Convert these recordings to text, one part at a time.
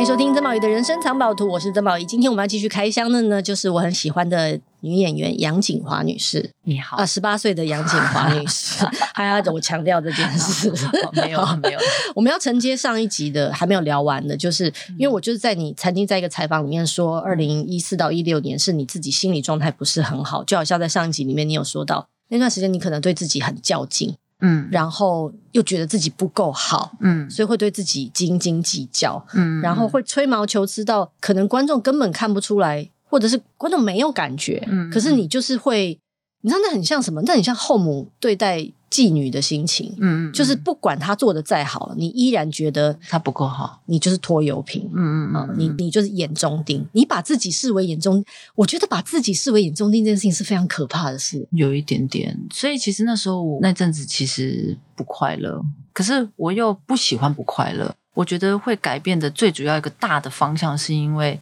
迎收听曾宝仪的人生藏宝图，我是曾宝仪。今天我们要继续开箱的呢，就是我很喜欢的女演员杨锦华女士你好啊，，十八岁的杨锦华女士，还要我强调这件 事。哦没有没有，我们要承接上一集的还没有聊完的，就是因为我就是在你曾经在一个采访里面说，二零一四到一六年是你自己心理状态不是很好，就好像在上一集里面你有说到那段时间你可能对自己很较劲， 嗯然后又觉得自己不够好，嗯所以会对自己斤斤计较，嗯然后会吹毛求疵到可能观众根本看不出来，或者是观众没有感觉，嗯可是你就是会，你知道那很像什么？那很像后母对待妓女的心情。嗯就是不管他做的再好，你依然觉得他不够好，你就是拖油瓶，嗯嗯，你你就是眼中钉，你把自己视为眼中，我觉得把自己视为眼中钉这件事情是非常可怕的事。有一点点，所以其实那时候我那阵子其实不快乐，可是我又不喜欢不快乐。我觉得会改变的最主要一个大的方向，是因为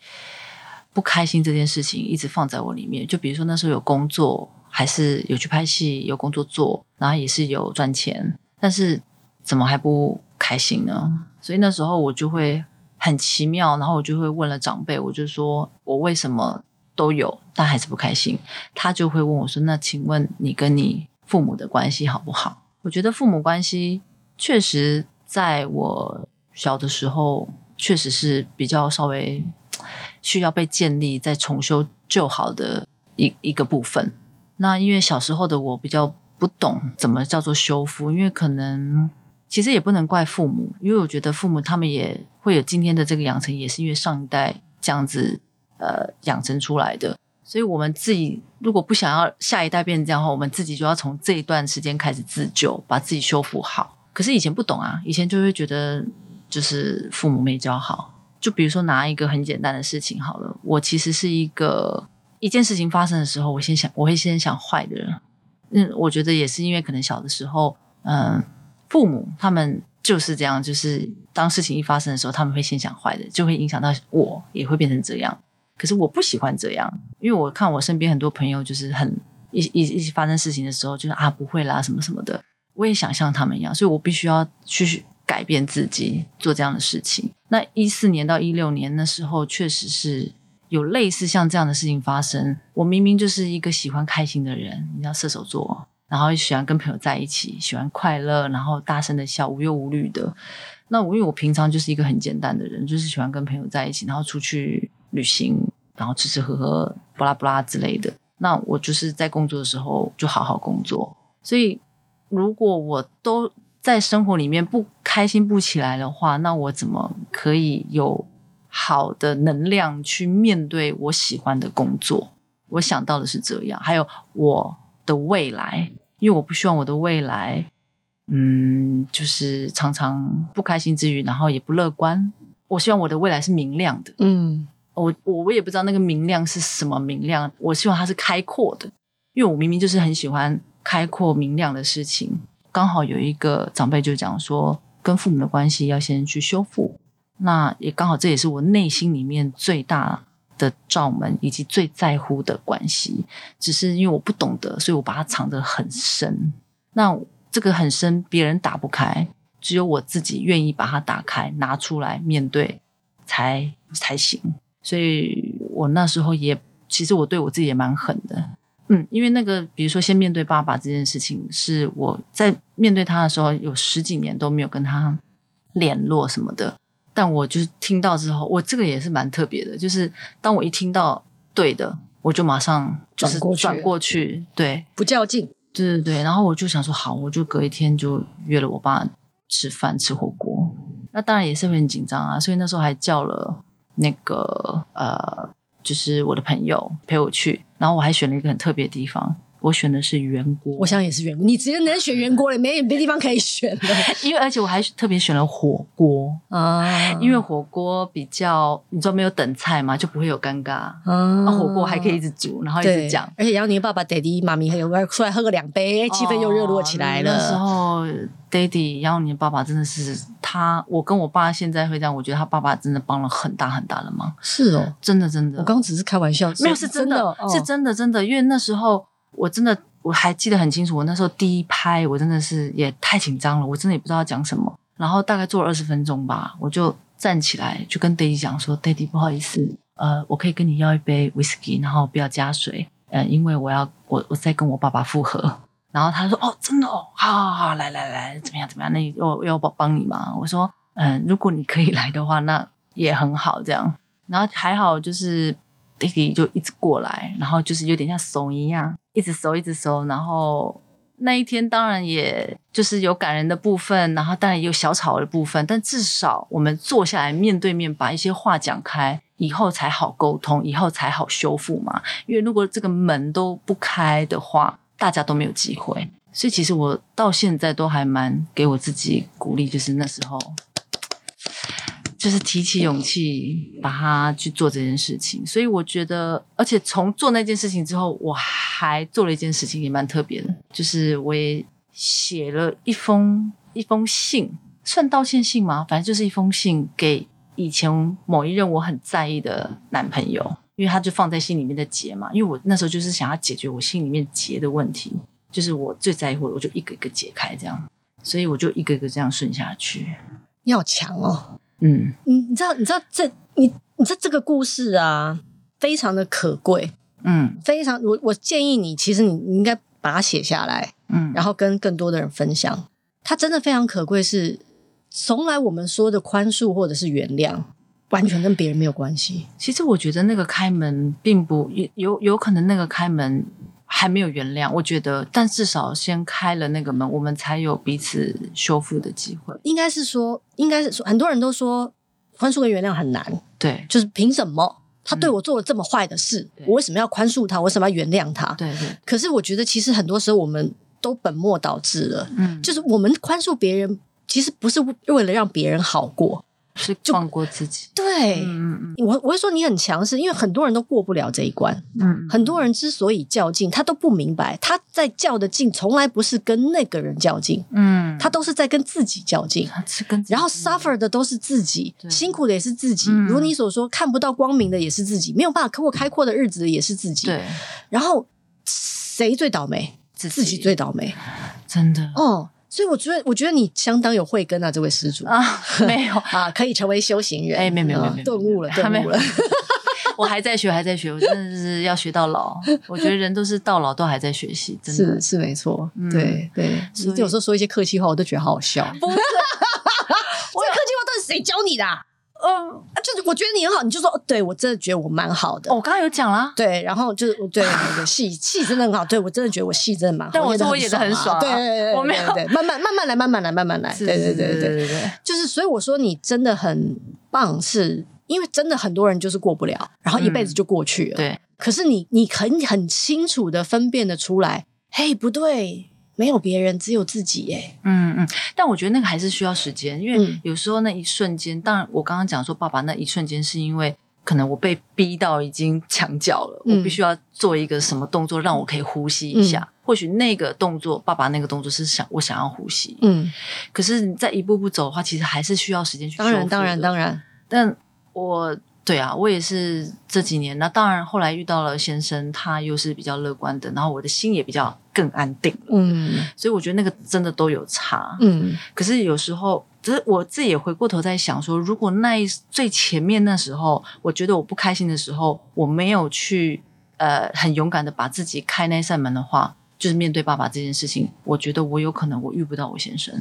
不开心这件事情一直放在我里面。就比如说那时候有工作，还是有去拍戏，有工作做，然后也是有赚钱，但是怎么还不开心呢？所以那时候我就会很奇妙，然后我就会问了长辈，我就说我为什么都有，但还是不开心。他就会问我说：“那请问你跟你父母的关系好不好？”我觉得父母关系确实在我小的时候，确实是比较稍微需要被建立、再重修旧好的一一个部分。那因为小时候的我比较不懂怎么叫做修复，因为可能其实也不能怪父母，因为我觉得父母他们也会有今天的这个养成，也是因为上一代这样子呃养成出来的。所以我们自己如果不想要下一代变成这样的话，我们自己就要从这一段时间开始自救，把自己修复好。可是以前不懂啊，以前就会觉得就是父母没教好。就比如说拿一个很简单的事情好了，我其实是一个一件事情发生的时候，我先想我会先想坏的人。嗯，我觉得也是因为可能小的时候，嗯、父母他们就是这样，就是当事情一发生的时候，他们会先想坏的，就会影响到我，也会变成这样。可是我不喜欢这样，因为我看我身边很多朋友就是很一一一起发生事情的时候，就是啊不会啦什么什么的，我也想像他们一样，所以我必须要去改变自己做这样的事情。那一四年到一六年那时候，确实是有类似像这样的事情发生。我明明就是一个喜欢开心的人，你知道射手座，然后喜欢跟朋友在一起，喜欢快乐，然后大声的笑，无忧无虑的。那我因为我平常就是一个很简单的人，就是喜欢跟朋友在一起，然后出去旅行，然后吃吃喝喝，巴拉巴拉之类的。那我就是在工作的时候就好好工作。所以如果我都在生活里面不开心不起来的话，那我怎么可以有好的能量去面对我喜欢的工作？我想到的是这样，还有我的未来，因为我不希望我的未来，嗯，就是常常不开心之余，然后也不乐观。我希望我的未来是明亮的，嗯我我我也不知道那个明亮是什么明亮，我希望它是开阔的，因为我明明就是很喜欢开阔明亮的事情。刚好有一个长辈就讲说，跟父母的关系要先去修复，那也刚好这也是我内心里面最大的罩门以及最在乎的关系，只是因为我不懂得，所以我把它藏得很深。那这个很深，别人打不开，只有我自己愿意把它打开，拿出来面对，才才行。所以我那时候也，其实我对我自己也蛮狠的，嗯，因为那个，比如说先面对爸爸这件事情，是我在面对他的时候，有十几年都没有跟他联络什么的，但我就是听到之后，我这个也是蛮特别的，就是当我一听到对的，我就马上就是转过去转过去，对，不较劲，对对对，然后我就想说，好，我就隔一天就约了我爸吃饭吃火锅。那当然也是会很紧张啊，所以那时候还叫了那个呃，就是我的朋友陪我去，然后我还选了一个很特别的地方，我选的是圆锅。我想也是圆，你直接能选圆锅了，没没地方可以选 了因为而且我还特别选了火锅，啊因为火锅比较你知道没有等菜嘛，就不会有尴尬。啊啊火锅还可以一直煮，然后一对直讲，，而且要你爸爸、爹地、妈咪还有出来喝个两杯，哎气氛又热络起来哦那时了。候，Daddy，然后你的爸爸真的是他，我跟我爸现在会这样，我觉得他爸爸真的帮了很大很大的忙，是哦，真的真的。我刚只是开玩笑，没有是真的，哦真哦是真的真的，因为那时候我真的我还记得很清楚，我那时候第一拍我真的是也太紧张了，我真的也不知道要讲什么，然后大概做了二十分钟吧，我就站起来就跟 Daddy 讲说：“Daddy，不好意思，呃，我可以跟你要一杯 whisky，然后不要加水，呃，因为我要我我在跟我爸爸复合。”然后他说：“哦，真的哦，好好好，来来来，怎么样怎么样？那你我要帮帮你嘛？”我说：“嗯、如果你可以来的话，那也很好，这样。”然后还好就是 Daddy 就一直过来，然后就是有点像怂一样，一直熟一直熟，然后那一天当然也就是有感人的部分，然后当然也有小吵的部分，但至少我们坐下来面对面把一些话讲开，以后才好沟通，以后才好修复嘛。因为如果这个门都不开的话，大家都没有机会。所以其实我到现在都还蛮给我自己鼓励，就是那时候，就是提起勇气把它去做这件事情。所以我觉得，而且从做那件事情之后，我还做了一件事情也蛮特别的，就是我也写了一封一封信，算道歉信吗？反正就是一封信给以前某一任我很在意的男朋友，因为他就放在心里面的结嘛。因为我那时候就是想要解决我心里面结的问题，就是我最在乎的，我就一个一个解开这样，所以我就一个一个这样顺下去。你好强哦！嗯，你你知道你知道这你你知道这个故事啊，非常的可贵，嗯非常我我建议你，其实你你应该把它写下来，嗯，然后后跟更多的人分享。它真的非常可贵是，从来我们说的宽恕或者是原谅，完全跟别人没有关系。其实我觉得那个开门并不有有有可能那个开门还没有原谅，我觉得，但至少先开了那个门，我们才有彼此修复的机会。应该是说，应该是说，很多人都说宽恕跟原谅很难，对就是凭什么他对我做了这么坏的事，嗯对我为什么要宽恕他？我为什么要原谅他？对对，可是我觉得，其实很多时候我们都本末倒置了，嗯，就是我们宽恕别人，其实不是为了让别人好过。是放过自己。对，嗯嗯我我会说你很强势，因为很多人都过不了这一关。嗯很多人之所以较劲，他都不明白，他在较的劲从来不是跟那个人较劲，嗯，他都是在跟自己较劲。他是跟自己然后 suffer 的都是自己，嗯对辛苦的也是自己，嗯如你所说，看不到光明的也是自己，没有办法过开阔的日子的也是自己。对然后谁最倒霉？自嗯自己最倒霉。真的哦，所以我觉得，我觉得你相当有慧根啊，这位施主啊。啊， 没有可以成为修行人。哎没有没有啊没有没有顿悟了，还没顿悟了。我还在学，还在学，我真的是要学 到老。我觉得人都是到老都还在学习， 真是的是没错，嗯对对。所以你有时候说一些客气话，我都觉得好好笑。不是？这客气话到底谁教你的、啊？嗯，啊就是我觉得你很好，你就说，哦对我真的觉得我蛮好的。我刚刚有讲啦，对，然后就是我对我的戏戏真的很好，对我真的觉得我戏真的蛮好，但我说我演得很爽啊对对对，对我没有对，对慢慢慢慢来，慢慢来，慢慢来，是对对对是对，对对，就是所以我说你真的很棒，是因为真的很多人就是过不了，然后一辈子就过去了，嗯对，可是你你很很清楚的分辨的出来，嘿，不对，没有别人，只有自己耶，嗯嗯。但我觉得那个还是需要时间，嗯因为有时候那一瞬间，当然我刚刚讲说爸爸那一瞬间，是因为可能我被逼到已经墙角了，嗯我必须要做一个什么动作让我可以呼吸一下。或许那个动作，爸爸那个动作是想我想要呼吸，嗯，可是你再一步步走的话，其实还是需要时间去当然修复当然的当然，但我对啊，我也是这几年，那当然后来遇到了先生，他又是比较乐观的，然后我的心也比较更安定了，嗯所以我觉得那个真的都有差。 嗯可是有时候，只是我自己也回过头在想说，如果那一最前面那时候，我觉得我不开心的时候，我没有去呃很勇敢的把自己开那扇门的话。就是面对爸爸这件事情，我觉得我有可能我遇不到我先生。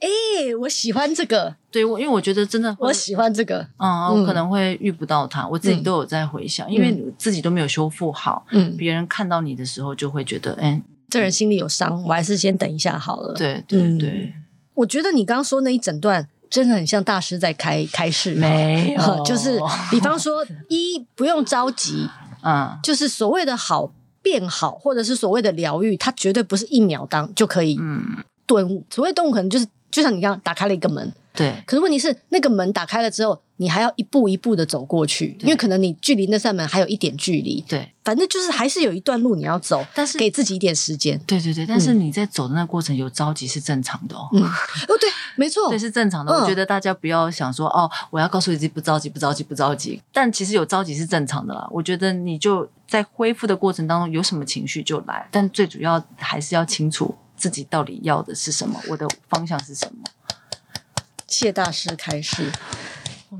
哎，我喜欢这个，对我，因为我觉得真的会，我喜欢这个，嗯，嗯我可能会遇不到他，我自己都有在回想，因为你自己都没有修复好，嗯。别人看到你的时候就会觉得，哎、这人心里有伤，我还是先等一下好了。，对对嗯对，我觉得你刚刚说那一整段真的很像大师在开开嗯示，没有 呃就是比方说一不用着急，嗯就是所谓的好变好，或者是所谓的疗愈，它绝对不是一秒当就可以嗯，顿悟。所谓顿悟，可能就是就像你刚刚打开了一个门，对可是问题是那个门打开了之后，你还要一步一步的走过去，因为可能你距离那扇门还有一点距离，对反正就是还是有一段路你要走，但是给自己一点时间。对对对，但是你在走的那过程有着急是正常的哦。嗯，哦对，没错，对，是正常的。嗯我觉得大家不要想说哦，我要告诉自己不着急，不着急，不着急。但其实有着急是正常的啦。我觉得你就在恢复的过程当中，有什么情绪就来，但最主要还是要清楚自己到底要的是什么，我的方向是什么。谢大师开示。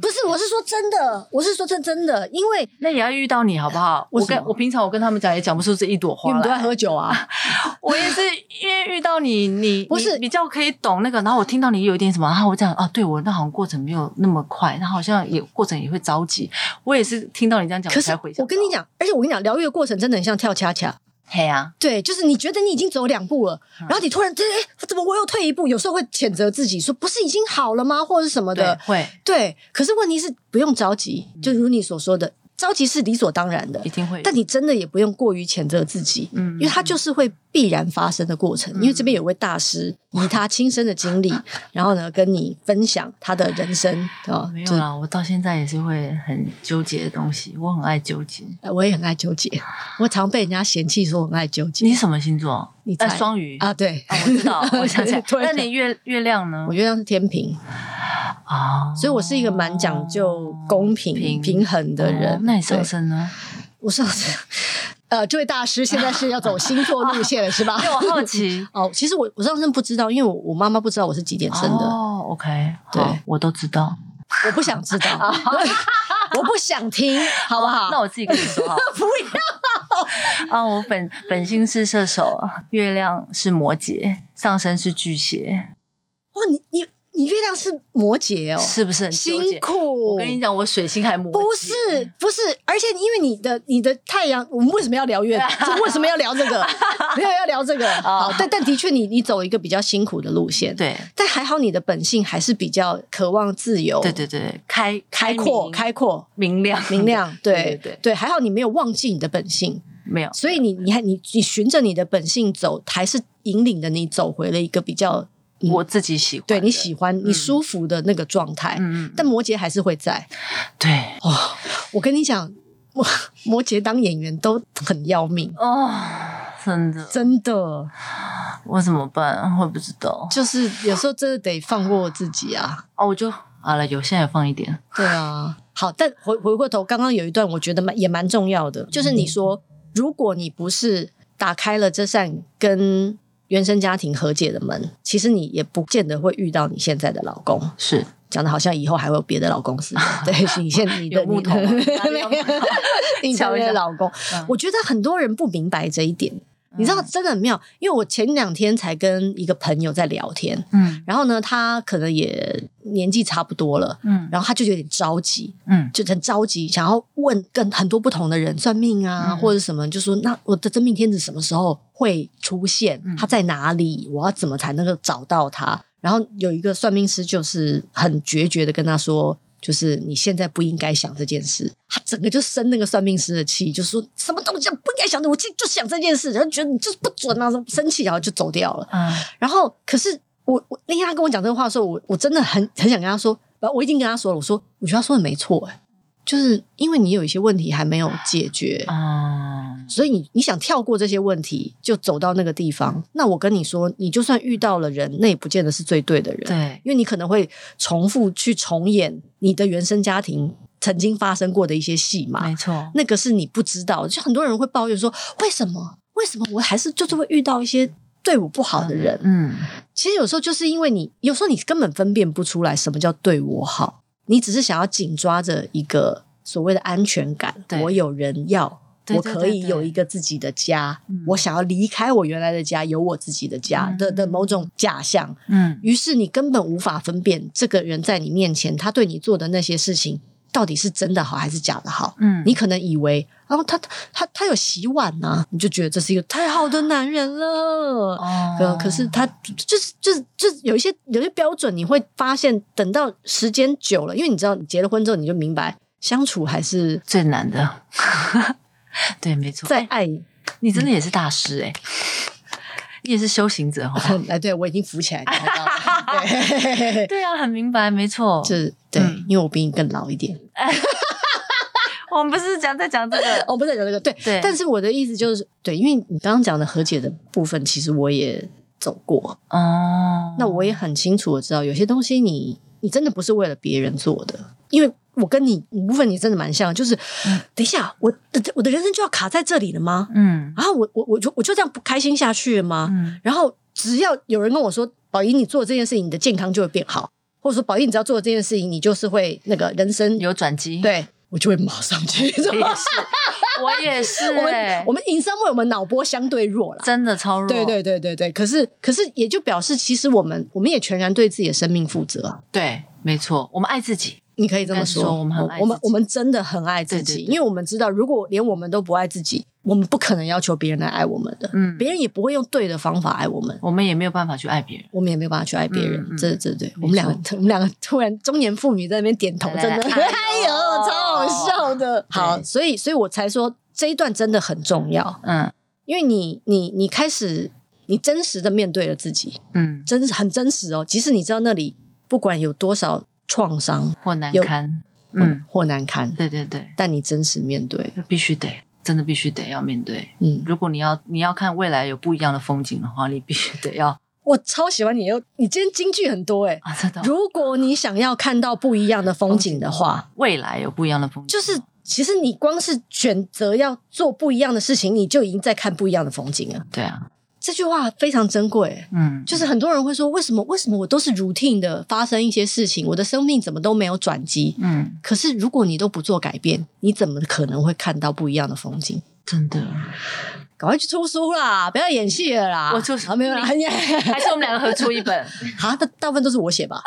不是我是说真的，我是说真真的，因为那也要遇到你好不好？为我什么跟我平常我跟他们讲也讲不出这一朵你花们都在来，喝酒 啊，我也是因为遇到你，你不是你比较可以懂那个，然后我听到你有一点什么，然后我讲啊，对我那好像过程没有那么快，然后好像也过程也会着急，我也是听到你这样讲可我是才回想。我跟你，讲，而且我跟你讲，疗愈的过程真的很像跳恰恰。嘿呀、对，就是你觉得你已经走两步了，然后你突然哎，诶怎么我又退一步？有时候会谴责自己，说不是已经好了吗，或者是什么对的，。会对，嗯可是问题是不用着急，就如你所说的，着急是理所当然的一。定会，但你真的也不用过于谴责自己，嗯因为它就是会必然发生的过程。因为这边有位大师，以他亲身的经历，然后呢跟你分享他的人生啊，没就有啦，我到现在也是会很纠结的东西，我很爱纠结。呃我也很爱纠结，我常被人家嫌弃说我很爱纠结。你什么星座？你呃猜双鱼啊，对，啊，我 知道，我想起来。对那你月月亮呢我？觉得是天平，啊，所以我是一个蛮讲究公平、平平衡的人。哦那你上对 升呢？我上次，呃，这位大师现在是要走星座路线了，是吧。因？为我好奇哦，其实我我上次不知道，因为我我妈妈不知道我是几点生的，哦，OK，对好，我都知道，我不想知道， 我不想听，好不好？那我自己跟你说啊， 不要， 啊，我本本星是射手，月亮是摩羯，上升是巨蟹，哇，你你你月亮是摩羯哦，是不是很纠辛结？苦。我跟你讲，我水星还摩羯，嗯不是不是，而且因为你的你的太阳，我们为什么要聊月？这为什么要聊这 个？没有要聊这个。好，但但的确你，你走一个比较辛苦的路线，。哦对，但还好，你的本性还是比较渴望自由，对对对，开开阔、明开阔、明亮明，亮。对对对对，还好你没有忘记你的本性， 没有所以你你还你你循着你的本性走，还是引领着你走回了一个比较嗯我自己喜欢的，对你喜欢、你舒服的那个状态。嗯，嗯嗯，但摩羯还是会在。对我跟你讲，摩摩羯当演员都很要命，哦，真的，真的，我怎么办？我也不知道就是有时候真的得放过自己啊。哦，我就好了，有现在放一点，对啊，好，但回回过头，刚刚有一段我觉得蛮也蛮重要的，就是你说，如果你不是打开了这扇跟原生家庭和解的门，其实你也不见得会遇到你现在的老公。是讲的好像以后还会有别的老公 似的，对你现你的有木头吗啊你的哪里有木头 你敲成一为下老公嗯，我觉得很多人不明白这一点。你知道真的很妙，因为我前两天才跟一个朋友在聊天，嗯然后呢，他可能也年纪差不多了，嗯然后他就有点着急，嗯就很着急，想要问跟很多不同的人算命啊，嗯或者什么，就说那我的真命天子什么时候会出现？嗯他在哪里？我要怎么才能够找到他？然后有一个算命师就是很决绝的跟他说。就是你现在不应该想这件事，他整个就生那个算命师的气，就说什么东西不应该想的，我今天就想这件事，然后觉得你就是不准啊，生气，然后就走掉了。嗯，然后可是我我那天他跟我讲这个话的时候，我我真的很很想跟他说，呃我已经跟他说了，我说我觉得他说的没错、欸，就是因为你有一些问题还没有解决。啊，所以你你想跳过这些问题，就走到那个地方。那我跟你说，你就算遇到了人，那也不见得是最对的人，对，因为你可能会重复去重演你的原生家庭曾经发生过的一些戏嘛。没错，啊那个是你不知道的。就很多人会抱怨说，为什么？为什么我还是就是会遇到一些对我不好的人？嗯，其实有时候就是因为你，有时候你根本分辨不出来什么叫对我好，你只是想要紧抓着一个所谓的安全感，对我有人要。对我对可以对对有一个自己的家，嗯我想要离开我原来的家，有我自己的家嗯的的某种假象。嗯，于是你根本无法分辨这个人在你面前他对你做的那些事情到底是真的好还是假的好。嗯，你可能以为，然、后他他他有洗碗呐、你就觉得这是一个太好的男人了。哦呃，可是他就是就是就是有一些有些标准，你会发现，等到时间久了，因为你知道你结了婚之后，你就明白相处还是最难的， 对，没错，在嗯爱。 你真的也是大师哎，你也是修行者哈，哎，对我已经浮起来了，你知道吗对，对啊，很明白，没错，就是对嗯，因为我比你更老一点。我们不是讲在讲这个，哦我不是讲这个，对对但是我的意思就是，对，因为你刚刚讲的和解的部分，其实我也走过，哦，那我也很清楚的知道，有些东西你你真的不是为了别人做的，因为我跟你五部分你真的蛮像，就是、等一下，我的我的人生就要卡在这里了吗？嗯然后啊我我我就我就这样不开心下去了吗？嗯然后只要有人跟我说，宝仪你做这件事情，你的健康就会变好。或者说宝仪，你只要做了这件事情，你就是会那个人生有转机。， 对。我就会马上 去做。也是，我也是、我们欸我们营生为我们脑波相对弱啦，真的超弱。对对对对对。可是可是也就表示，其实我们我们也全然对自己的生命负责啊。对，没错，我们爱自己。你可以这应么该是说我们很爱我们自己我们真的很爱自己，对对因对为我们知道，如果连我们都不爱自己，我们不可能要求别人来爱我们的，嗯，别人也不会用对的方法爱我们。我们也没有办法去爱别人。我们也没有办法去爱别人，嗯嗯这这对没错我们两个，我们两个突然中年妇女在那边点头，来真来的，来 哎呦，超好笑的。好，所以所以我才说这一段真的很重要，嗯因为你你你开始你真实的面对了自己，嗯，真很真实哦。即使你知道那里不管有多少创伤，或难有堪。嗯嗯，，或难堪，对对对，但你真实面对，必须得，真的必须得要面对。嗯，如果你要你要看未来有不一样的风景的话，你必须得要我超喜欢你，又你今天金句很多哎。啊，真的哦如果你想要看到不一样的风景的话，未来有不一样的风景，就是其实你光是选择要做不一样的事情，你就已经在看不一样的风景了。对啊，这句话非常珍贵，嗯，就是很多人会说，为什么为什么我都是 routine 的发生一些事情，我的生命怎么都没有转机？嗯，可是如果你都不做改变，你怎么可能会看到不一样的风景？真的，赶快去出书啦，不要演戏了啦！我出书啊没有啦， 还是我们两个合出一本，因啊，大大部分都是我写吧？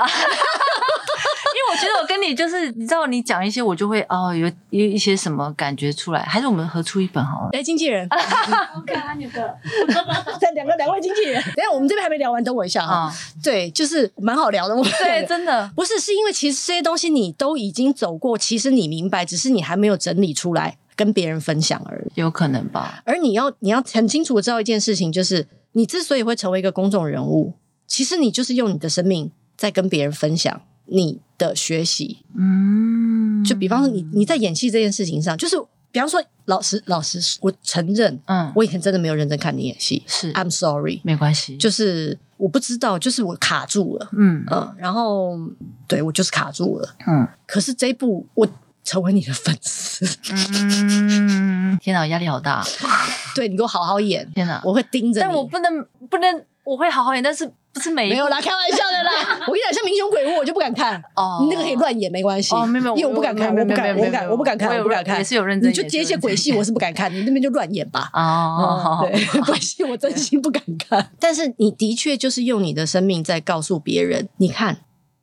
为我觉得我跟你就是，你知道你讲一些，我就会哦，有有一些什么感觉出来，还是我们合出一本好了。哎，经纪人，看他女的， 两个两位经纪人， 等一下我们这边还没聊完，等我一下啊。啊、对，就是蛮好聊的，我们两对，个真的，不是，是因为其实这些东西你都已经走过，其实你明白，只是你还没有整理出来跟别人分享而已。有可能吧？而你要你要很清楚的知道一件事情，就是你之所以会成为一个公众人物，其实你就是用你的生命在跟别人分享你的学习。嗯，就比方说你你在演戏这件事情上，就是比方说老师老师，我承认嗯，我以前真的没有认真看你演戏是，I'm sorry，没关系，就是我不知道，就是我卡住了，嗯嗯，然后对我就是卡住了。嗯可是这一部我成为你的粉丝， 嗯，天哪，压力好大，对你给我好好演，天哪！我会盯着你。但我不能不能，我会好好演，但是不是每一没有啦，开玩笑的啦。我跟你讲，像《民雄鬼屋》，我就不敢看。哦，你那个可以乱演没关系，哦，没有没有，因为我不敢看，我没有不没有敢，没有我不敢，没有我不敢看，我我有不敢看。也是有认真，你就接一些鬼戏，我我是不敢看。你那边就乱演吧。 哦，嗯对， 鬼戏我真心不敢看。 但是你的确就是用你的生命在告诉别人，你看，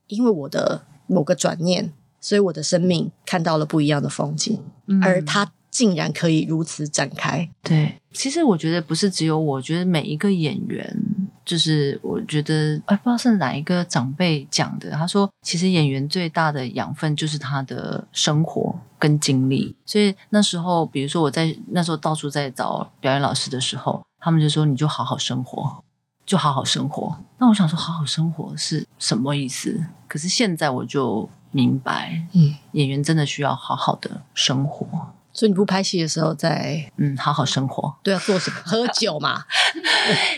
因为我的某个转念，所以我的生命看到了不一样的风景，嗯而它竟然可以如此展开。对，其实我觉得不是只有我，我觉得每一个演员，就是我觉得，哎，不知道是哪一个长辈讲的，他说，其实演员最大的养分就是他的生活跟经历。所以那时候，比如说我在那时候到处在找表演老师的时候，他们就说，你就好好生活。就好好生活。那我想说，好好生活是什么意思？可是现在我就明白，嗯，演员真的需要好好的生活，所以你不拍戏的时候在嗯，好好生活。对啊做什么？喝酒嘛，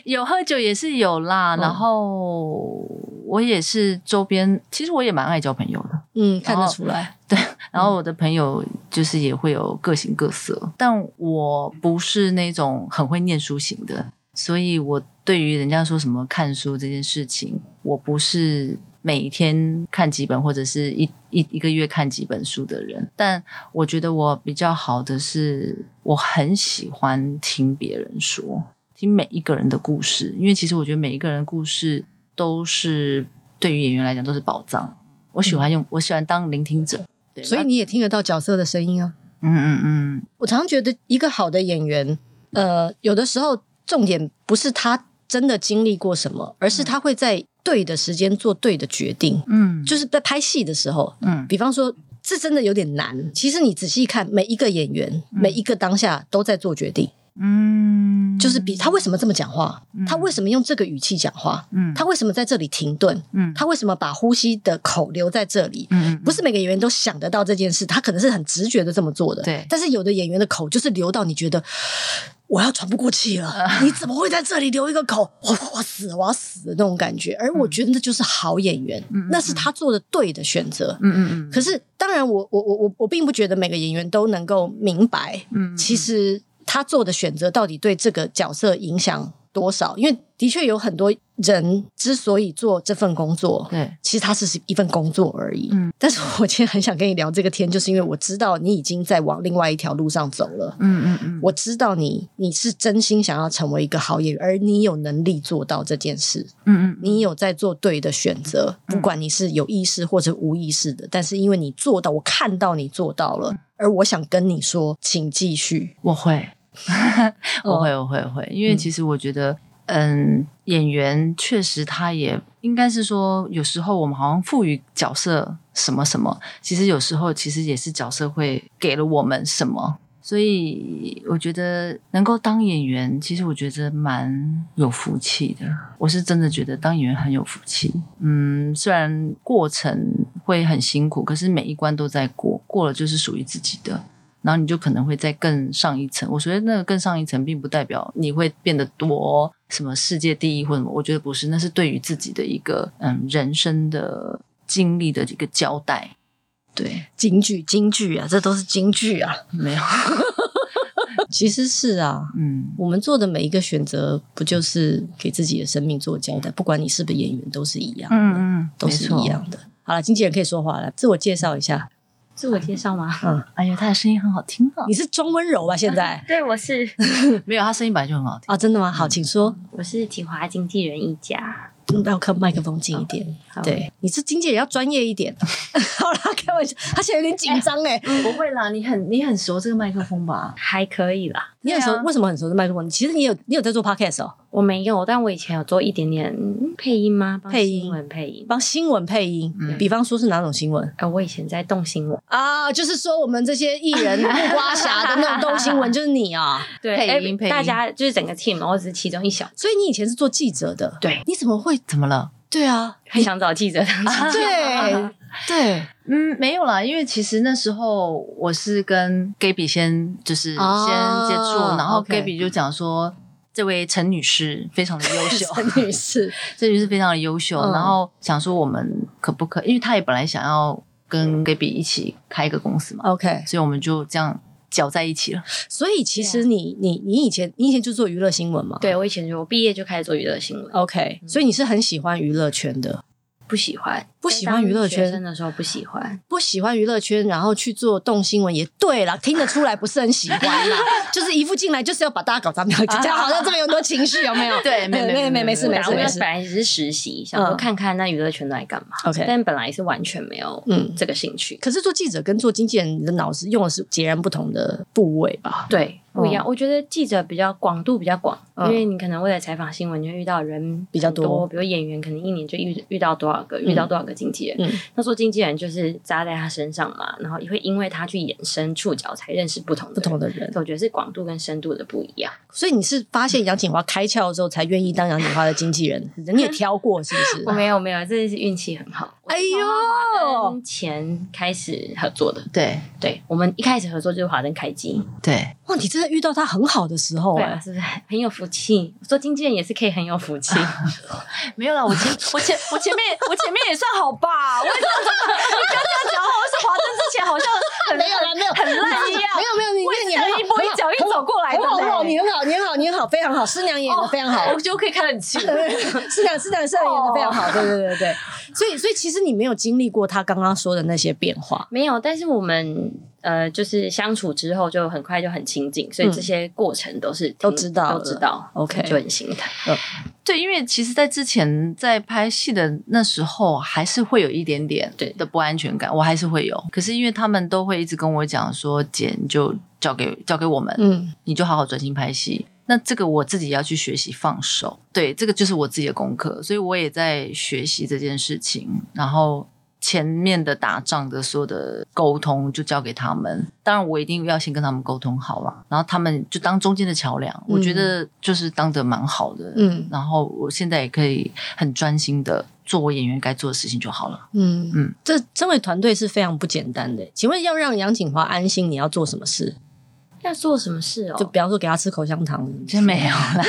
有喝酒也是有啦，嗯然后我也是周边，其实我也蛮爱交朋友的。嗯，看哦得出来。然后我的朋友就是也会有各形各色，但我不是那种很会念书型的，所以我对于人家说什么看书这件事情，我不是每天看几本或者是一一一个月看几本书的人。但我觉得我比较好的是，我很喜欢听别人说，听每一个人的故事，因为其实我觉得每一个人的故事都是对于演员来讲都是宝藏。我喜欢用，我喜欢当聆听者。对啊所以你也听得到角色的声音啊。嗯嗯我常觉得一个好的演员，呃，有的时候重点不是他真的经历过什么，而是他会在对的时间做对的决定。嗯，就是在拍戏的时候，嗯比方说，这真的有点难。其实你仔细看，每一个演员，每一个当下都在做决定。嗯，就是比他为什么这么讲话，他为什么用这个语气讲话，嗯他为什么在这里停顿，嗯他为什么把呼吸的口留在这里？嗯嗯不是每个演员都想得到这件事，他可能是很直觉的这么做的。对但是有的演员的口就是留到你觉得我要喘不过气了，嗯你怎么会在这里留一个口？我我死，我要死的那种感觉。而我觉得那就是好演员，嗯嗯嗯那是他做的对的选择。嗯嗯嗯，可是当然我，我我我我并不觉得每个演员都能够明白，嗯其实他做的选择到底对这个角色影响多少，因为的确有很多人之所以做这份工作，对，其实它只是一份工作而已。嗯但是我今天很想跟你聊这个天，就是因为我知道你已经在往另外一条路上走了。嗯嗯嗯，我知道你，你是真心想要成为一个好演员，而你有能力做到这件事，嗯嗯你有在做对的选择，不管你是有意识或者无意识的，但是因为你做到，我看到你做到嗯了，而我想跟你说，请继续。我 会，我会，我会，我会，因为嗯其实我觉得，嗯，演员确实他也应该是说，有时候我们好像赋予角色什么什么，其实有时候其实也是角色会给了我们什么。所以我觉得能够当演员，其实我觉得蛮有福气的。我是真的觉得当演员很有福气。嗯，虽然过程会很辛苦，可是每一关都在过，过了就是属于自己的。然后你就可能会再更上一层。我觉得那个更上一层，并不代表你会变得多什么世界第一或什么，我觉得不是，那是对于自己的一个嗯人生的经历的一个交代。对，京剧，京剧啊，这都是京剧啊。没有， 其实是啊，嗯，我们做的每一个选择，不就是给自己的生命做交代？不管你是不是演员，都是一样的， 嗯嗯，都是一样的。好了，经纪人可以说话了，自我介绍一下。自我介绍吗？嗯，哎呦，他的声音很好听哦你。是装温柔吧？现 在 对，我是没有，他声音本来就很好听。啊，真的吗？好，请说。 我是体华经纪人一家。嗯要靠麦克风近一点。好，对，你是经纪人要专业一 点。好啦，开玩笑，他现在有点紧张哎。不会啦，你很你很熟这个麦克风吧？还可以啦。你很熟对，啊为什么很熟的麦克风？其实你有你有在做 podcast 哦，我没有，但我以前有做一点点嗯配音吗？帮配音新闻配音。帮新闻配音，嗯比方说是哪种新闻呃，我以前在动新闻，啊？就是说我们这些艺人木瓜侠的那种东新闻，就是你啊。对配哎音配音大家就是整个 team，我只是其中一小。所以你以前是做记者的，对，你怎么会？怎么了？对 啊，很想找记者 当记者。对对，嗯，没有啦，因为其实那时候我是跟 Gaby 先就是先哦接触，然后 OK Gaby 就讲说。这位陈女士非常的优 秀，陈女士，这女士非常的优秀，嗯然后想说我们可不可因为她也本来想要跟 Gaby 一起开一个公司嘛， OK，所以我们就这样搅在一起了。所以其对实你你你以前你以前就做娱乐新闻嘛？ 对，我以前就我毕业就开始做娱乐新闻， ，OK，所以你是很喜欢娱乐圈的。不喜欢，不喜欢娱乐圈在当学生的时候不喜欢，不喜欢娱乐圈，然后去做动新闻也对啦，听得出来不是很喜欢啦， 就是一副进来就是要把大家搞砸，没有，讲好像这边有很多情绪，有没啊有？对没没没没没事没没然事后没我没本事。来只是实习，想说嗯看看那娱乐圈都在干嘛。 OK，但本来是完全没有嗯。这个兴趣。可是做记者跟做经纪人，你的脑子用的是截然不同的部位吧？对，不一样。我觉得记者比较广度比较广，嗯因为你可能为了采访新闻，你会遇到人比较很多，多比如演员可能一年就遇遇到多少个，遇到多少个经纪人。嗯那做经纪人就是扎在他身上嘛，然后也会因为他去延伸触角，才认识不同的不同人。的人，所以我觉得是广度跟深度的不一样。所以你是发现杨锦华开窍之后，才愿意当杨锦华的经纪人。你也挑过是不我是？没有没有，这是运气很好。哎我呦，跟钱开始合作的，对对我们一开始合作就是华灯开机，对，哇，你真的遇到他很好的时候对哎、啊，是不是很有福气？做经纪人也是可以很有福气。没有啦，我前我前我前面我前面也算好吧， 我也知道你不要这样讲，好像是华灯之前好像很没有啦，没有，很烂一样没有没有，你我也你你是这样很好一步一脚印走过来的很好，很好，嘞你很好，你很好，你很好，非常好，师娘演的非常好。我就可以看得很清。是的，是的，是的，演的非常好，对对对对，所以所以其实你没有经历过他刚刚说的那些变化，没有，但是我们呃，就是相处之后就很快就很亲近，所以这些过程都是、嗯都知道了都知道 OK 就很心疼。对，因为其实，在之前在拍戏的那时候，还是会有一点点对的不安全感，我还是会有。可是因为他们都会一直跟我讲说：“姐，你就交给交给我们，嗯，你就好好专心拍戏。”那这个我自己也要去学习放手，对，这个就是我自己的功课，所以我也在学习这件事情。然后前面的打仗的所有的沟通就交给他们，当然我一定要先跟他们沟通好了，然后他们就当中间的桥梁，我觉得就是当得蛮好的，嗯然后我现在也可以很专心的做我演员该做的事情就好了。嗯嗯嗯，这身为团队是非常不简单的。请问要让杨景华安心，你要做什么事？要做什么事就哦？比方说给他吃口香糖，真 没有啦，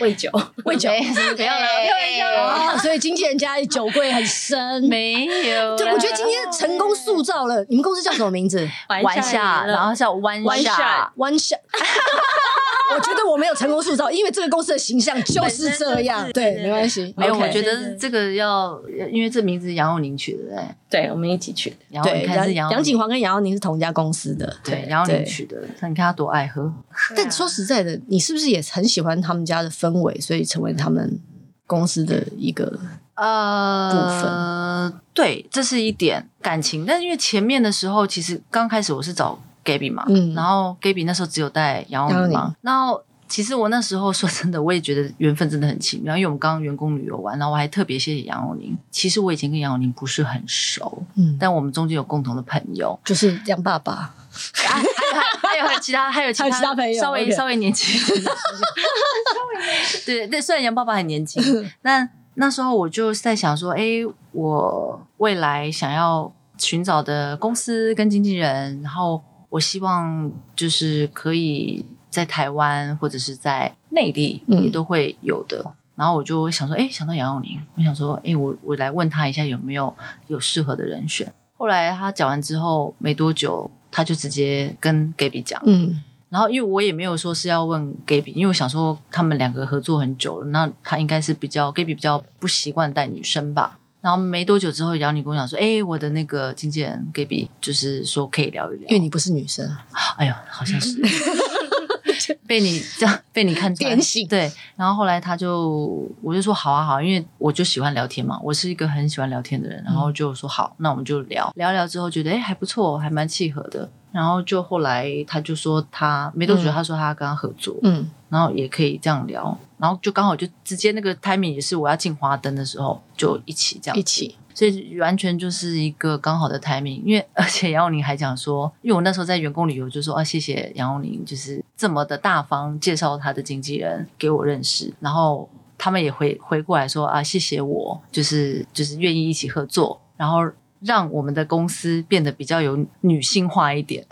喂 酒，我酒没 有啦，开玩笑哦，所以经纪人家里酒柜很深。没有啦。对，我觉得今天成功塑造了你们公司叫什么名字玩玩下，然后叫弯弯下下， ？One Shot。我觉得我没有有成功塑造，因为这个公司的形象就是这样。本身就对是对，对没关系，没有 OK 我觉对得对这个要，因为这名字是杨佑宁取的，对不对，对，我们一起去。然后对你看是杨佑杨宁景华跟杨耀宁是同一家公司的。对对杨佑宁对取的，你看他多爱喝，对啊但说实在的，你是不是也很喜欢他们家的氛围，所以成为他们公司的一个？呃，对，这是一点感情，但是因为前面的时候，其实刚开始我是找 Gaby 嘛，嗯然后 Gaby 那时候只有带杨杨永佑宁宁嘛，然后。其实我那时候说真的，我也觉得缘分真的很奇妙，因为我们刚刚员工旅游完，然后我还特别谢谢杨永宁。其实我以前跟杨永宁不是很熟，嗯，但我们中间有共同的朋友，就是杨爸爸。还 还有还有其他还有其还有其他朋友稍微 OK 稍微 年轻一点的，对对，虽然杨爸爸很 年轻，那那时候我就在想说，诶，我未来想要寻找的公司跟经纪人，然后我希望就是可以在台湾或者是在内地嗯也都会有的。然后我就想说，诶，想到杨佑宁，我想说，诶，我我来问他一下有没有有适合的人选。后来他讲完之后没多久，他就直接跟 Gaby 讲，嗯然后因为我也没有说是要问 Gaby，因为我想说他们两个合作很久了，那他应该是比较 Gaby 比较不习惯带女生吧。然后没多久之后，姚女跟我讲说：“哎、我的那个经纪人 Gaby 就是说可以聊一聊。”因为你不是女生，哎呦，好 像是被你这样被你看穿点醒对，然后后来他就我就说好啊好啊，因为我就喜欢聊天嘛，我是一个很喜欢聊天的人，嗯然后就说好，那我们就聊聊聊之后觉得哎还不错，还蛮契合的。然后就后来他就说他没多久，嗯他说他跟他合作，嗯然后也可以这样聊，然后就刚好就直接那个 timing 也是我要进花灯的时候就一起这样一起，所以完全就是一个刚好的 timing，因为而且杨永宁还讲说，因为我那时候在员工旅游就说啊，谢谢杨永宁，就是这么的大方介绍他的经纪人给我认识，然后他们也回回过来说啊，谢谢我，就是就是愿意一起合作，然后让我们的公司变得比较有女性化一点，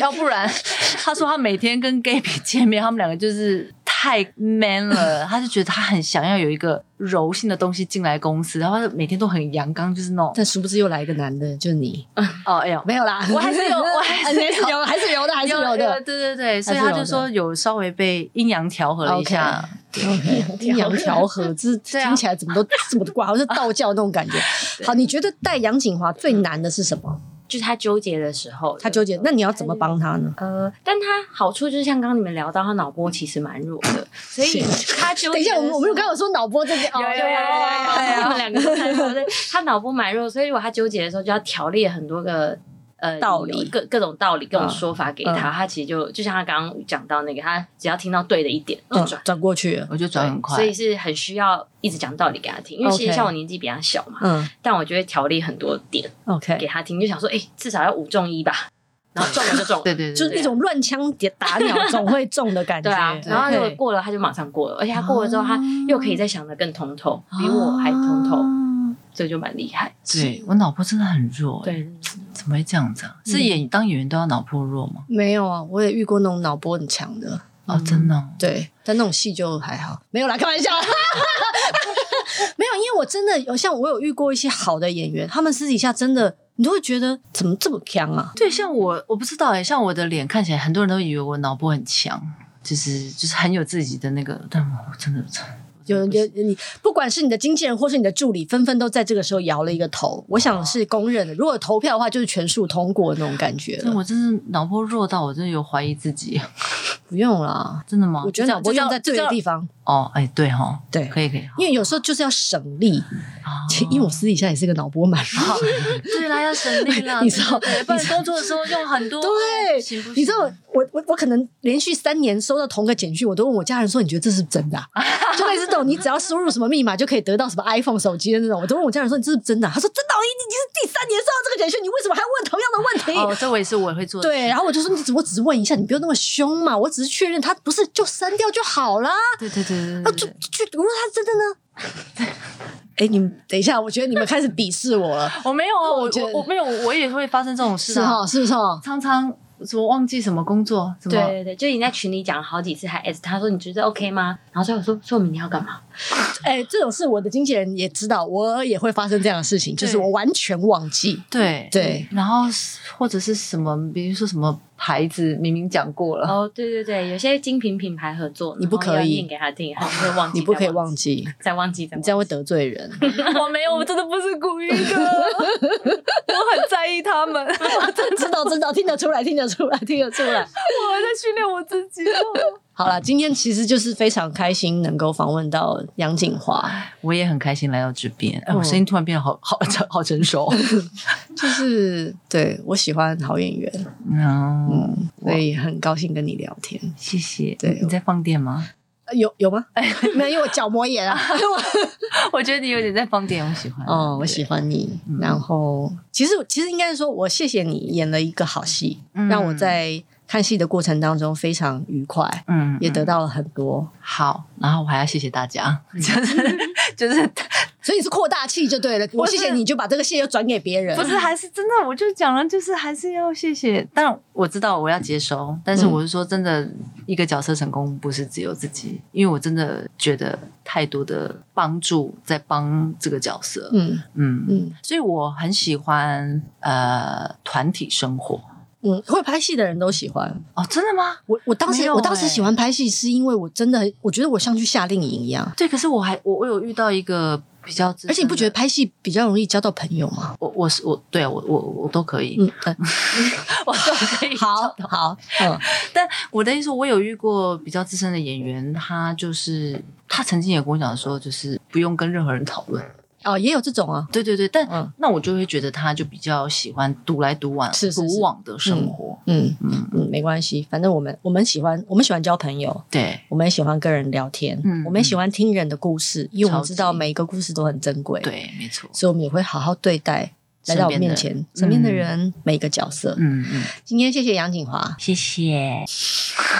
要不然他说他每天跟 Gay 比见面，他们两个就是太 man 了，他就觉得他很想要有一个柔性的东西进来公司，然后他每天都很阳刚，就是那种但殊不知又来一个男的，就是你。哦哎呦。没有啦，我还是有我还是有还是有，还是有的，还是有的。对对对，所以还是他有的就说有稍微被阴阳调和了一下 OK 阴阳调和，这啊听起来怎么都这么怪，好像道教那种感觉。好，你觉得带杨景华最难的是什么？就是他纠结的时候，他纠结，那你要怎么帮他呢？啊呃，但他好处就是像刚刚你们聊到，他脑波其实蛮弱 的，所以他纠结。等一下，我们我们刚有说脑波这边，哦，有有有有有有，你们两个都看到，对，他脑波蛮弱，所以如果他纠结的时候，就要条列很多个。呃，道理理由各各种道理、各种嗯说法给他，嗯他其实就就像他刚刚讲到那个，他只要听到对的一点就嗯转，转过去了，我就转很快所以是很需要一直讲道理给他听。因为其实 OK 像我年纪比他小嘛，嗯但我就会条列很多点给，OK，他听，就想说，哎、至少要五中一吧，然后中了就中了，对对对，就是对那种乱枪打鸟总会中的感觉。 对啊，对然后如果 OK 过了，他就马上过了，而且他过了之后，他又可以再想的更通透，比我还通透，哦啊这就蛮厉害。对我脑波真的很弱，哎，对，怎么会这样子啊？嗯是演当演员都要脑波弱吗？没有啊，我也遇过那种脑波很强的。哦，真嗯的哦，对，但那种戏就还好，没有啦，开玩笑， 没有，因为我真的有像我有遇过一些好的演员，他们私底下真的，你都会觉得怎么这么强啊？对，像我，我不知道哎、像我的脸看起来，很多人都以为我脑波很强，就是就是很有自己的那个，但我真的有人有你，嗯不管是你的经纪人或是你的助理，纷纷都在这个时候摇了一个头，我想是公认的。如果投票的话，就是全数通过那种感觉真的了。我真是脑波弱到我真的有怀疑自己， 不用啦，真的吗？我觉得就脑波啊这样用在对的地方，哦，哎、对哈，对可以可以，哦因为有时候就是要省力。啊其因为我私底下也是个脑波蛮弱哦的对啦，要省力啦， 你知道对对对不然工作的时候用很多， 对行不行？啊你知道我我我我可能连续三年收到同个简讯，我都问我家人说：“你觉得这是真的、啊？” 就类似这种，你只要输入什么密码就可以得到什么 iPhone 手机的那种，我都问我家人说：“你这是真的啊、他说：“真的啊，我已经是第三年收到这个简讯，你为什么还问同样的问哦题？”，这我也是我会做的事，对，啊然后我就说：“你只我只是问一下，你不要那么凶嘛，我只是确认他不是就删掉就好啦。对对对对啊，对就对，就我说他是真的呢。 哎，你们等一下，我觉得你们开始鄙视我了，我没有啊，我我觉得我我没有，我也会发生这种事是哦啊，哈，是不是哈？常常什么忘记什么工作，什么对对对，就已经在群里讲了好几次，还 S 他说你觉得 OK 吗？然后所以我说说我明天要干嘛？哎，这种事我的经纪人也知道，我也会发生这样的事情，就是对我完全忘记。对对然后是或者是什么，比如说什么牌子明明讲过了，哦，对对对，有些精品品牌合作，你不然后可要以念给他听，他会忘记，你不可以再忘，记，再忘记，再你忘这样会记。得罪 人。我没有，我真的不是故意 的，我很在意他 们，我知道知道，听得出来，听得出来，听得出来。在训练我自己。好了，今天其实就是非常开心能够访问到杨景华，我也很开心来到这边，哎，嗯我声音突然变得好 好成好成 熟。就是对我喜欢好演员，嗯，嗯，所以很高兴跟你聊天。谢谢。对你在放电吗？呃有有吗？ 没有，因为我角膜炎 啊。 我觉得你有点在放电，我喜欢。哦，我嗯对喜。欢你嗯。然后，其实其实应该是说，我谢谢你演了一个好戏，嗯让我在看戏的过程当中非常愉快，嗯，也得嗯到了很多。好，然后我还要谢谢大家， 就是就是所以你是扩大器就对了。我谢谢你，就把这个戏又转给别人。不是，还是真的，我就讲了，就是还是要谢谢。但我知道我要接收，但是嗯我是说，真的，一个角色成功不是只有自己，因为我真的觉得太多的帮助在帮这个角色，嗯嗯，嗯所以我很喜欢呃团体生活。嗯，会拍戏的人都喜欢。哦，真的吗？我我当时、没有我当欸时喜欢拍戏，是因为我真的很我觉得我像去夏令营一样。对，可是我还我我有遇到一个比较资深而的，且你不觉得拍戏比较容易交到朋友吗？我我是我对啊我我我都可以，嗯，呃 我都可以好好，嗯但我的意思，我有遇过比较资深的演员，他就是他曾经也跟我讲说，就是不用跟任何人讨论。哦，也有这种啊，对对对，但、嗯那我就会觉得他就比较喜欢独来独往、是是是独往的生活。嗯嗯，嗯，没关系，反正我们我们喜欢我们喜欢交朋友，对我们也喜欢跟人聊天，嗯我们也喜欢听人的故事，因为我们知道超级每一个故事都很珍贵，，对，没错。所以我们也会好好对待来到我们面前身身边边的的人每一个角色。嗯嗯，今天谢谢杨景华，谢谢。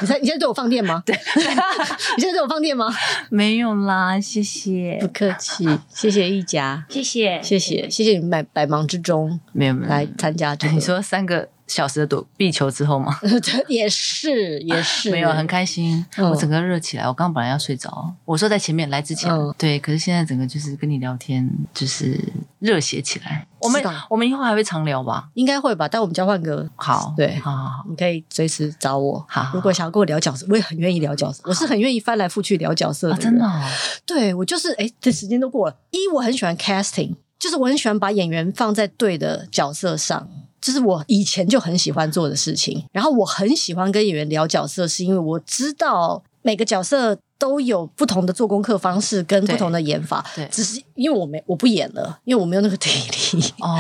你现你现在对我放电 吗？对， 你现在对我放电吗？没有啦，谢谢不。客气，谢谢一家，谢谢，谢谢谢谢你们百百忙之中没有没有。来参加这个，嗯 你说三个小时的躲避球之后吗？ 对也是也是 没有，很开心，嗯我整个热起来。我刚刚本来要睡着，我说在前面来之前，嗯对，可是现在整个就是跟你聊天，就是热血起来。我们知道我们以后还会常聊吧？应该会吧？但我们交换个好，对好好好你可以随时找我。好好如果想要跟我聊角色，我也很愿意聊角色。我是很愿意翻来覆去聊角色啊，人真的、哦，对我就是哎，这时间都过了。一，我很喜欢 casting，就是我很喜欢把演员放在对的角色上，这是我以前就很喜欢做的事情。然后我很喜欢跟演员聊角色，是因为我知道每个角色都有不同的做功课方式跟对不同的演法。哦对只是因为我没我不演了，因为我没有那个 体力，哦，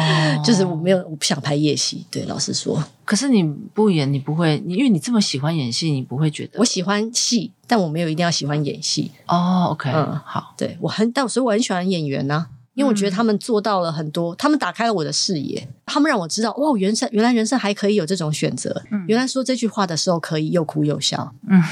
就是我没有我不想拍夜戏。对，老实说，可是你不演，你不会，你因为你这么喜欢演戏，你不会觉得我喜欢戏，但我没有一定要喜欢演戏。哦，OK，、嗯好，对我很，但所以我很喜欢演员呐、啊因为我觉得嗯他们做到了很多，他们打开了我的视野，他们让我知道，哇，原生原来人生还可以有这种选择，嗯原来说这句话的时候可以又哭又笑。嗯，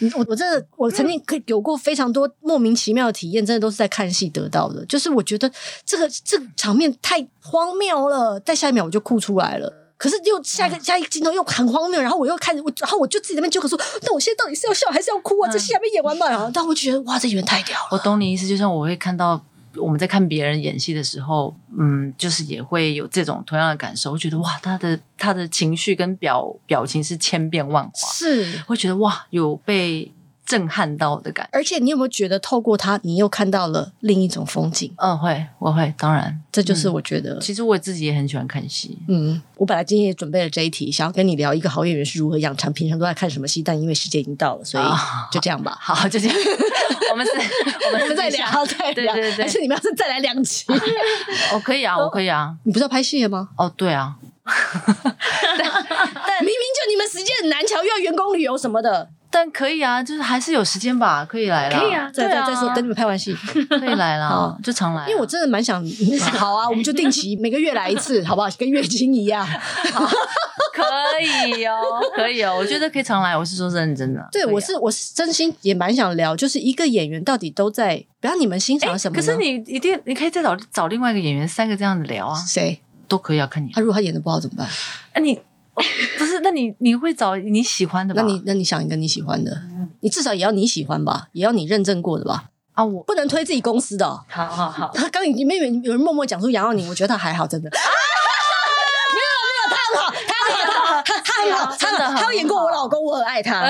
嗯我我真的我曾经可以有过非常多莫名其妙的体验，真的都是在看戏得到的。就是我觉得这个这个场面太荒谬了，在下一秒我就哭出来了。可是又下嗯一个下一个镜头又很荒谬，然后我又看我，然后我就自己在那边纠结说，那我现在到底是要笑还是要哭嗯啊？这戏还没演完吧？然后但我觉得哇，这演员太屌了。我懂你意思，就像我会看到。我们在看别人演戏的时候，嗯，就是也会有这种同样的感受，会觉得哇，他的他的情绪跟表表情是千变万化，是，会觉得哇，有被震撼到的感觉。而且你有没有觉得透过它，你又看到了另一种风景？嗯，会，我会，当然，这就是嗯我觉得，其实我自己也很喜欢看戏。嗯我本来今天也准备了这一题，想要跟你聊一个好演员是如何养成，平常都在看什么戏，但因为时间已经到了，所以啊就这样吧。好，就这样， 我们是，我们我是们 再聊，再聊，对对对而且你们要是再来两集，我可以啊，我可以啊。你不是要拍戏了吗？哦，对啊，但明明就你们时间很难瞧，又要员工旅游什么的，但可以啊，就是还是有时间吧，可以来啦，可以啊再对再啊再说，等你们拍完 戏，可以来 啦好，就常来啊。因为我真的蛮 想，好啊，我们就定期每个月来一次，好不好？跟月经一样。可以哦，可以哦，我觉得可以常来，我是说认真的。对，可以啊我是我是真心也蛮想聊，就是一个演员到底都在，比方你们欣哎赏什么可呢？是你一定，你可以再找找另外一个演员，三个这样聊啊，谁？都可以啊，看你他、。如果他演的不好怎么办？哎，你哦不是？那你你会找你喜欢的吧？那你那你想一个你喜欢的，你至少也要你喜欢吧，也要你认证过的吧，啊，我不能推自己公司的哦、 好好好，他刚里面有有人默 啊默讲出杨耀宁，我觉得他还好，真的。没有没有，他很好，他很好，他他他很好，真的他很他有演过好嗯我老公，我很爱他。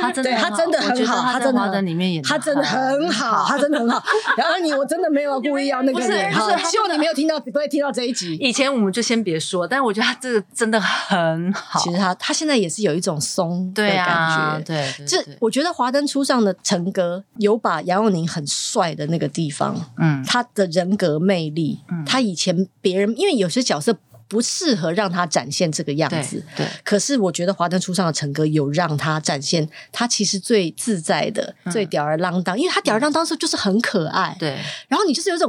他真的对很他真的我很觉得好他他在真的华很灯里面演得他真的很好，他真的很好。 然后你，我真的没有故意要那个不是你，不是好他真的希望你没有听到，不会听到这一集。以前我们就先别说，但是我觉得他这个真的很好。其实他他现在也是有一种松的对啊，感觉。对，对这对我觉得《华灯初上》的陈哥有把杨佑宁很帅的那个地方，嗯他的人格魅力，嗯他以前别人因为有些角色不适合让他展现这个样对子，对可是我觉得《华灯初上》的陈哥有让他展现他其实最自在的、嗯最吊儿郎当，因为他吊儿郎当的时候就是很可爱，对，然后你就是有一种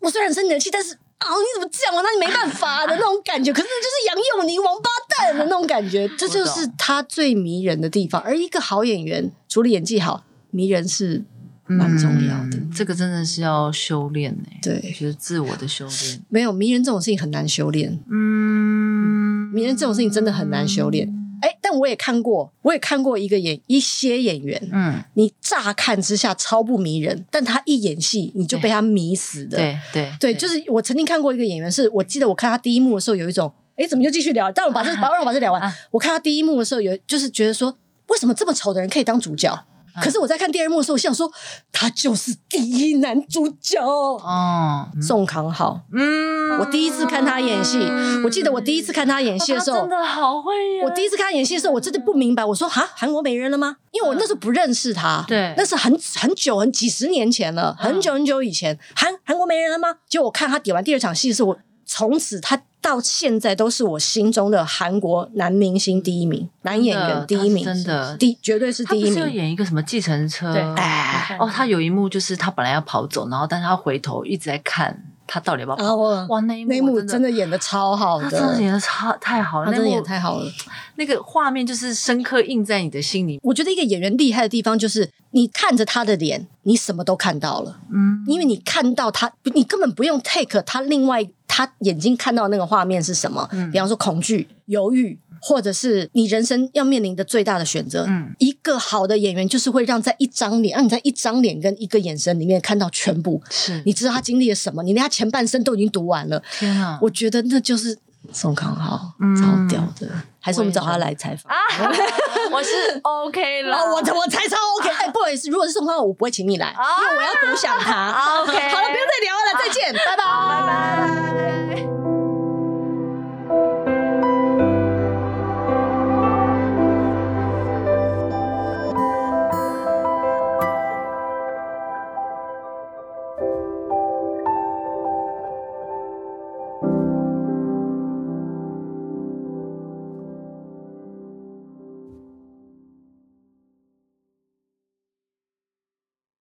我虽然生你的气，但是啊你怎么这样我、那你没办法的那种感觉，可是那就是杨佑宁王八蛋的那种感觉，这就是他最迷人的地方。而一个好演员，除了演技好，迷人是蛮重要的。嗯这个真的是要修炼哎、对就是自我的修炼。没有迷人这种事情很难修炼，嗯，迷人这种事情真的很难修炼。哎，但我也看过，我也看过一个演一些演员，嗯，你乍看之下超不迷人，但他一演戏你就被他迷死的。对对对就是我曾经看过一个演员是，我记得我看他第一幕的时候有一种，哎，怎么就继续聊？但我把这把让我把这聊完啊。我看他第一幕的时候有，就是觉得说，为什么这么丑的人可以当主啊角？可是我在看第二幕的时候，我想说，他就是第一男主角。哦，嗯宋康昊，嗯我第一次看他演戏，我记得我第一次看他演戏的时候，哦他真的好会演，我第一次看他演戏的时候，我真的不明白，我说哈，韩国没人了吗？因为我那时候不认识他，对嗯那是很很久很几十年前了，很久很久以前，韩韩国没人了吗？结果我看他演完第二场戏的时候，我从此他到现在都是我心中的韩国男明星第一名，男演员第一名，真的第绝对是他第不一是有名。演一个什么计程车？对哎哦，他有一幕就是他本来要跑走，然后但是他回头一直在看他到底要不要然跑。后哇，那一啊幕嗯那一幕真真哦的演的超好他真的的。演的超太好了，他真那的幕演太好了，那个画面就是深刻印在你的心里。我觉得一个演员厉害的地方就是，你看着他的脸，你什么都看到了。嗯，因为你看到他，不你根本不用 take 他另外他眼睛看到的那个画面是什么，嗯比方说恐惧、犹豫，或者是你人生要面临的最大的选择。嗯一个好的演员就是会让在一张脸，让你在一张脸跟一个眼神里面看到全部。是你知道他经历了什么，你连他前半生都已经读完了。天啊，我觉得那就是宋康昊，嗯超屌的。还是我们我也觉找得他来采访。我是 OK 了，哦，我我才超啊 OK。哎，不好意思，如果是宋康昊，我不会请你来，因为我要独享他。啊好了，不 OK，用再聊了，再见，拜拜，拜拜。